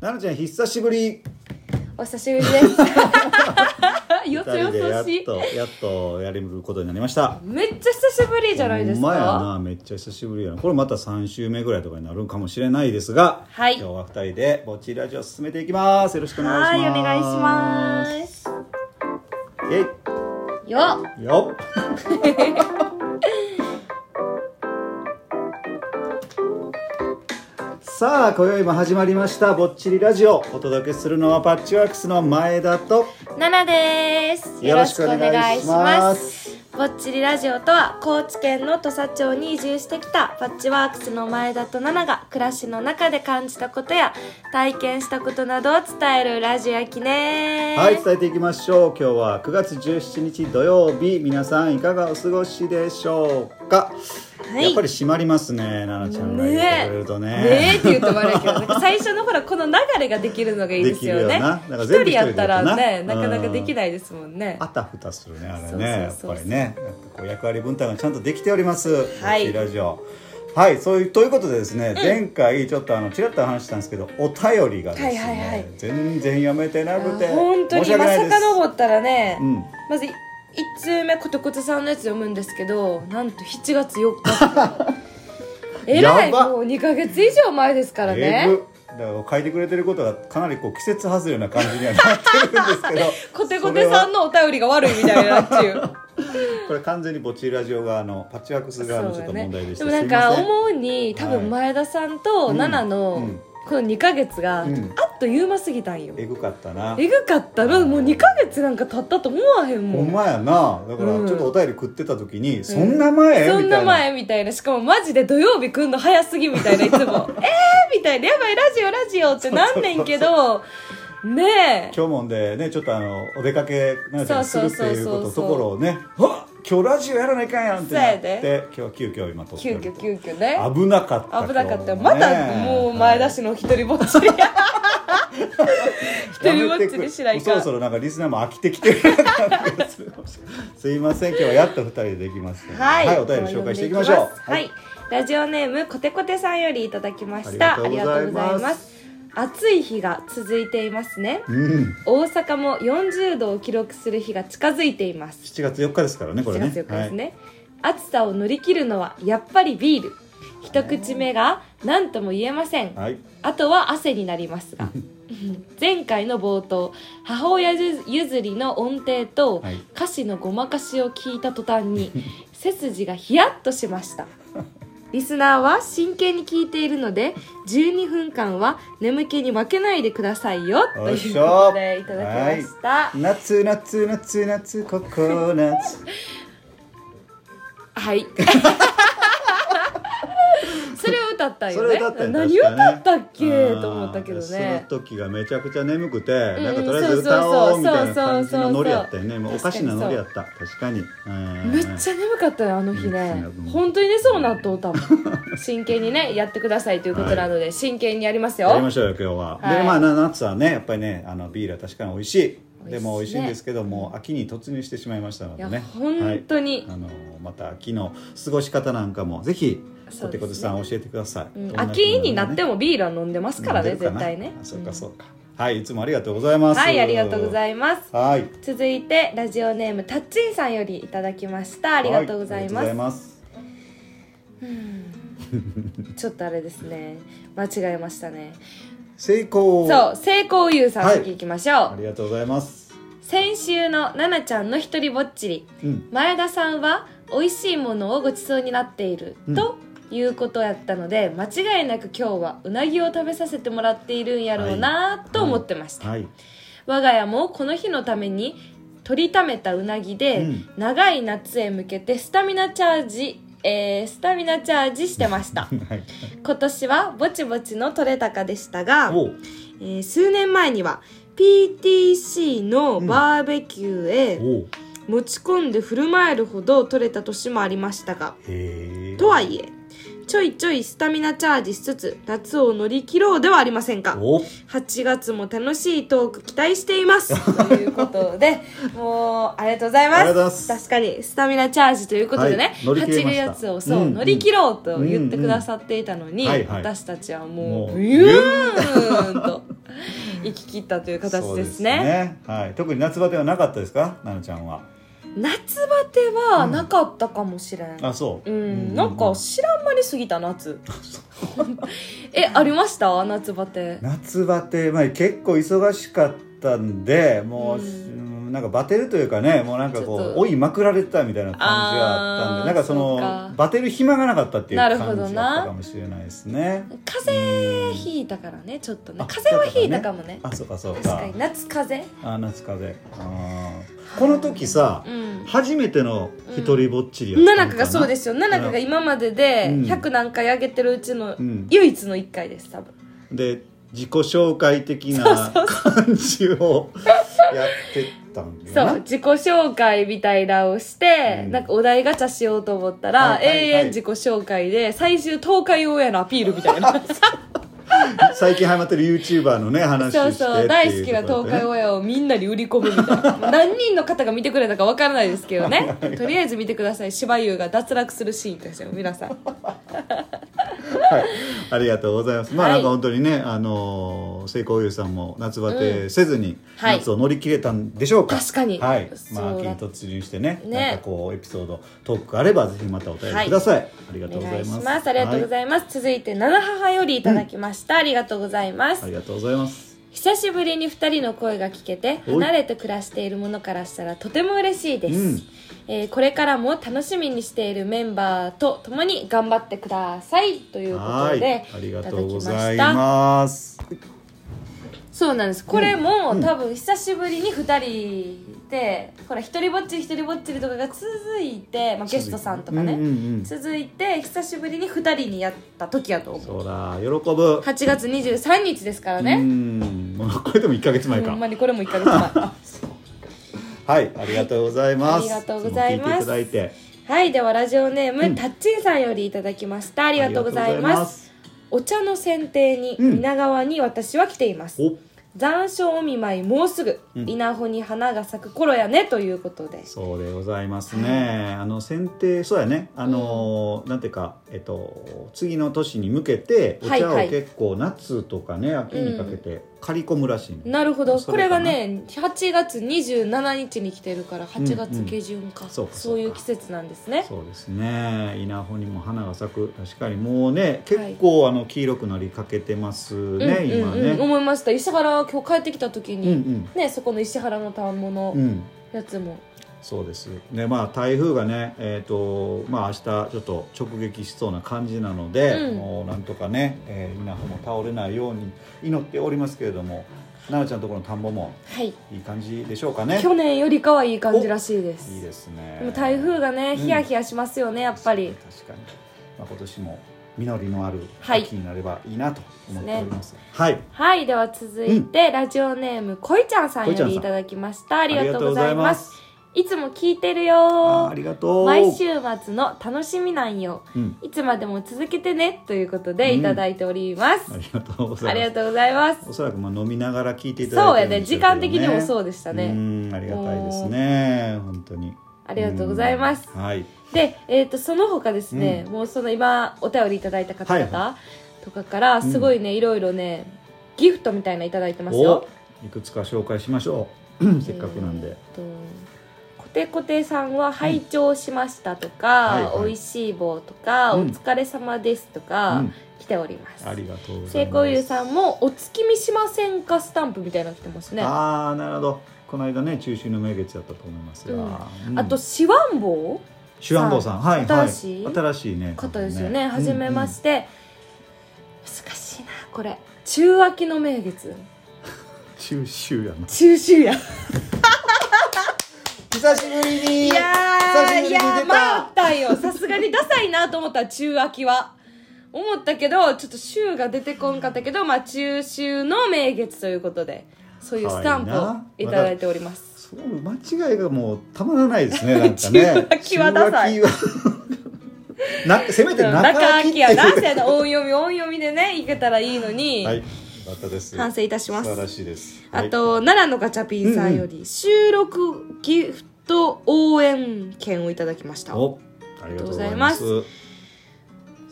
なのちゃん久しぶりお久しぶりです。 よそ二よ人でやそっしい。とやっとやれることになりましためっちゃ久しぶりじゃないですほんまやか。なめっちゃ久しぶりやなこれまた3週目ぐらいとかになるかもしれないですが、はい今日は2人でぼっちラジオ進めていきますよろしくお願いしはい、ますお願いします。えよい よっさあ今宵も始まりました「ぼっちりラジオ」お届けするのはパッチワークスの前田とっ、ななです。よろしくお願いします。ぼっちりラジオとは高知県の土佐町に移住してきたパッチワークスの前田と奈々が暮らしの中で感じたことや体験したことなどを伝えるラジオやきねはい伝えていきましょう今日は9月17日土曜日皆さんいかがお過ごしでしょうか、はいやっぱり閉まりますね奈々ちゃんが言ってくれるとねねえって言うと悪 いけどなんか最初のほらこの流れができるのがいいですよできるよねななんか一全部人やったら一人でやるねとななかなかできないですもんねあたふたするねあれそうそうそねやうそうっぱりねやっぱこう役割分担がちゃんとできておりますはいラジオはいそういうということでですね、前回ちょっとあのちらっと話したんですけどお便りがですね、はいはいはい全然やめてなくて本当申にし訳まないでさすかのぼったらね、うんまず1通目ことことさんのやつ読むんですけどなんと7月4日 えらやいばもう2か月以上前ですからえねぐだから書いてくれてることがかなりこう季節外れな感じにはなってるんですけどコテコテさんのお便りが悪いみたいなっち ゅうこれ完全にぼっちりラジオ側のパッチワークス側のちょっと問題でした、でもなんか思うに多分前田さんとい奈う々んうのんこの2か月があうんっという間すぎたんよ、えぐかったなえぐかったらもう2か月なんか経ったと思わへんもほんんまやなだからうんちょっとお便り食ってた時に、そんな前、そんみたないな前みたいなしかもマジで土曜日来んの早すぎみたいな いつもえーみたいなやばいラジオラジオってなんねんけどねえ今日もんでねちょっとあのお出かけなんかすそるうってそういうことそうそとうころをねあ今日ラジオやらないかんやんってなっそうやて今日急遽今撮って急おる遽急遽ね危なかった危なかった今日まねたもう前出しの一人ぼっちで一人ぼっちにしなやめてくれもいうそかろそろなんかリスナーも飽きてきてる感じがするかもしれないすいません今日はやっと二人でできますねはい、お便り紹介していきましょうはい、ラジオネームコテコテさんよりいただきましたありがとうございますありがとうございます暑い日が続いていますねうん大阪も40度を記録する日が近づいています7月4日ですからねこれね7月4日ですね、暑さを乗り切るのはやっぱりビール一口目が何とも言えません、はい、はいあとは汗になります が前回の冒頭母親譲りの音程とはい歌詞のごまかしを聞いた途端に背筋がヒヤッとしましたリスナーは真剣に聞いているので12分間は眠気に負けないでくださいよとよいいうしょことでいただきました、夏夏夏夏ココナッ ツはい。 それを歌ったんそよれね。歌ったんだ何確かね歌ったっけうんと思ったけどね。その時がめちゃくちゃ眠くて、んなんかとりあえず歌おうみたいな感じそうそうそうそのうノリやったよねもうおか確かしになそうノリやった確かにうんめっちゃ眠かったよあの日ねうん本当に寝そうなと歌も 真剣にねやってくださいということなので、真剣にやりますよやりましょうよ今日は、はいでまあな夏はねやっぱりねあのビールは確かに美味しい美味しいねでも美味しいんですけどもう秋に突入してしまいましたのいでや、ね本当に、はい、あのまた秋の過ごし方なんかもぜひそコうですねテコテさん教えてください、うん秋になってももビールは飲んでますからね絶対ねそうかそうか、はいいつもありがとうございますはいありがとうございいますますはい続いてラジオネームたっちんさんよりいただきましたありがとうございまはあすりがとうございますちょっとあれですね間違えましたね成功そう成功優さんはい次行きましょう、ありがとうございます先週のななちゃんの一人ぼっちりうん前田さんは美味しいものをごちそうになっている、うんということやったので間違いなく今日はうなぎを食べさせてもらっているんやろうなと思ってました、はい我が家もこの日のために取りためたうなぎで、うん長い夏へ向けてスタミナチャージ、えースタミナチャージしてま したはい今年はぼちぼちの取れ高でしたがおうえー数年前には PTC のバーベキューへおう持ち込んで振る舞えるほど取れた年もありましたがへえとはいえちょいちょいスタミナチャージしつつ夏を乗り切ろうではありませんかお8月も楽しいトーク期待していま すということでもうありがとうございますありがとうございます確かにスタミナチャージということではいね、乗り8切りました月をそう、うん乗り切ろうと言ってくださっていたのうんうに、んはいはい私たちはももううビューンと行き切ったという形そうですね。はい、特に夏バテはなかったですか、なのちゃんは。夏バテはうんなかったかもしれん。あ、そう。うん、うなんか知らん間に過ぎた夏 えありました夏バテ夏バテ、まあ、結構忙しかったんで、もう、うんうんなんかバテるというかね、もうなんかこちょっう、と追いまくられてたみたいな感じがあったんで、あーなんかそのそうかバテる暇がなかったっていうな感るじほどなだったかもしれないですね。風うん邪ひいたからねちょっとねあ風邪はひいたかもねあ、そうかそう確か。かに夏風邪あ、夏風邪。あーこの時さ、うん初めての一人ぼっちりやったのか奈な々香がそうですよ奈々香が今まででうん100何回あげてるうちのうん唯一の1回です多分で自己紹介的な感じをやってたんだよそうな自己紹介みたいなのをして、うんなんかお題ガチャしようと思ったら、はいはいはい永遠自己紹介で最終東海オンエアのアピールみた いな最近ハマってる YouTuber のね話そをうしてそう大好きな東海をオンエアをみんなに売り込むみたいな何人の方が見てくれたかわからないですけどねとりあえず見てください芝優が脱落するシーンですよ皆さんありがとうございますまあはいなんか本当にねあのー成功優さんも夏バテせずにはい夏を乗り切れたんでしょうか確かにはいそうだまあ秋に突入してねねなんかこうエピソードトークがあればぜひまたお便りくださいありがとうおござ願いいしますますありがとうごはいざいます、続いて七母よりいただきました、ありがとうございますありがとうございます久しぶりに2人の声が聞けておい離れて暮らしているものからしたらとても嬉しいです、うんえーこれからも楽しみにしているメンバーと共に頑張ってくださいというこはといでありがとうございただきまますしたそうなんですこれも、多分久しぶりに2人でほら一人ぼっちり一人ぼっちりとかが続いて、まあ、ゲストさんとかね、うんうんうん続いて久しぶりに2人にやった時やと思そううだ喜ぶ8月23日ですからうねんもうこれでも1か月前ほかんまにこれも1ヶ月前 はいありがとうございます、はいありがとうございまつすも聞いていただいてはい、ではラジオネーム、タッチンさんよりいただきました。あありがとうございます。お茶の選定に、うん皆川に私は来ています。お残暑お見舞いもうすぐ、うん稲穂に花が咲く頃やねということで。そうでございますねあの選定そうやねあのー、なんていうかえっと次の年に向けておはい茶をはい結構夏とかね秋にかけて刈り込むらしいの、なるほど、そこれれかがなね、8月27日に来てるから、8月下旬か、んそうかそうかいう季節なんですね。そうですね稲穂にも花が咲く確かにもうね結構、あの黄色くなりかけてますね、うん今うんうん、ね思いました。石原、今日帰ってきた時うに、んね、そこの石原の田んぼのうんうんやつも。そうですでまあ台風がねえっ、とまあ明日ちょっと直撃しそうな感じなので、うんもうなんとかね、えー、稲穂も倒れないように祈っておりますけれども奈々ちゃんのところの田んぼもはい、いい感じでしょうかね去年よりかはいい感じらしいです。いいですねでも台風がね、うんヒヤヒヤしますよねやっぱり確かに、まあ、今年も実りのあるはい秋になればいいなと思っております、はいはいでは続いて、ラジオネームこいちゃんさんこいちゃよんさりんいただきましたあありがとうございまりがとうすございいつも聞いてるあーよありがとう毎週末の楽しみなんようんいつまでも続けてねということでうんいただいております、ありがとうござあいりまがすとうございますおそらくまあ飲みながら聞いていただいてそうやるんねでしょう時けど間的にもそうでしたうねんありがたいですね本当にありがとうございますうんはいで、えー、とその他ですね、もうその今お便りいただいた方々、はいはとかからすごいね、いろいろねギフトみたいなのいただいてますよおいくつか紹介しましょうせっかくなんで、えーっとコテコテさんは拝聴しましたとか、はいはい美味しい棒とか、うんお疲れ様ですとか、うん来ておりますありがとうござ成いま功すゆうさんもお月見しませんかスタンプみたいなの来てますねあ,、ああなるほどこの間ね中秋の名月だったと思いますが、うんとシワンボ手腕坊さんはい新しいはい、新しいね方ですよね多分初めましうんて、難しいなこれ中秋の名月うん中秋やな中秋や久しぶりにいや久しぶりにーいやー出迷ったたよさすがにダサいなと思った中秋は思ったけどちょっと週が出てこんかったけどまあ中秋の名月ということでそういうスタンプかをわいいいなただいておりますそう間違いがもうたまらないです ねなんかね中秋はダサい 中秋はなせめて中中秋っ秋てやなせやな音読み音読みでねいけたらいいのに、はいよかったです反省いたします素晴らしいですあはとい奈良のガチャピンさんより収録ギフト応援券をいただきましたおありがとうございますありがとう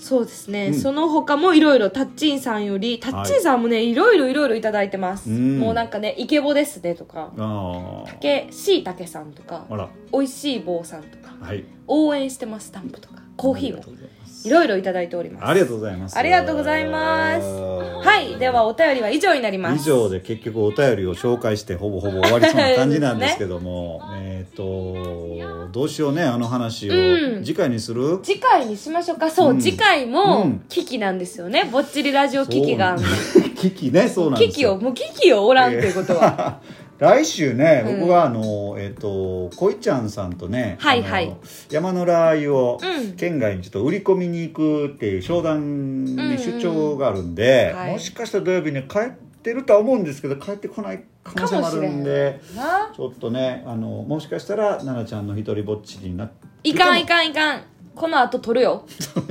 そうですね、うんその他もいろいろタッチンさんよりタッチンさんもねいろいろいろいろいただいてます、うんもうなんかねイケボですねとかあたけしいたけさんとかああらおいしい坊さんとかはい応援してますスタンプとかコーヒーありがもとうございますいろいろいただいておりますありがとうございますありがとうございますはいではお便りは以上になります以上で結局お便りを紹介してほぼほぼ終わりそうな感じなんですけども、えっとどうしようねあの話を、うん次回にする 次回にしましょうかそう、うん次回うもん危機なんですよねぼっちりラジオ危機がそう危機ねそうなん危です機をよもう危機をおらんっていうこと は、来週ねうん僕はあの、えっ、とこいちゃんさんとね、はいはいあの山のラー油をうん県外にちょっと売り込みに行くっていう商談に出張があるんで、うんうんはいもしかしたら土曜日に帰ってるとは思うんですけど帰ってこない可能性もあるんで。なちょっとねあのもしかしたら奈々ちゃんの一人ぼっちになっていかんいかんいかんこの後取るよ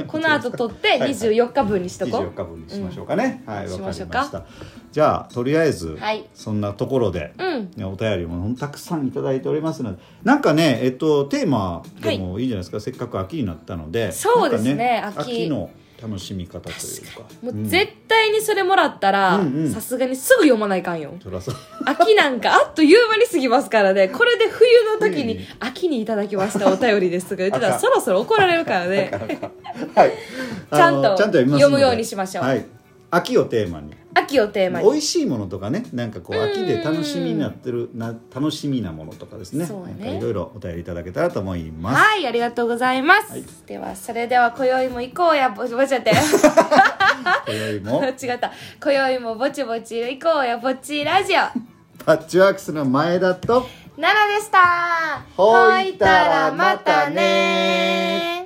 この後取ってはい24日分にしとこう、 24日分にしましょうかね、はいわかしりまましょうしかたじゃあとりあえず、はいそんなところで、うんねお便りもほんとたくさんいただいておりますのでなんかねえっとテーマでもいいんじゃないですか、せっかく秋になったのでそうですねなんか秋秋の楽しみ方というかもんう絶対にそれもらったらうんうんさすがにすぐ読まないかんよそらそう 秋なんかあっという間に過ぎますからねこれで冬の時うにん「秋にいただきましたお便りです」とか言ってあたからんそろそろ怒られるからねはいちゃんとあの読みます読むようにしましょうはい、秋をテーマに秋をテーマに美味しいものとかねなんかこう秋で楽しみになってるな楽しみなものとかですねそうねなんかいろいろお便りいただけたらと思います、はいありがとうございます、はいではそれでは今宵も行こうやぼちぼちゃって今宵 も違った今宵もぼちぼち行こうやぼっちラジオパッチワークスの前田と奈良でしたほいたらまたねほいたらまたね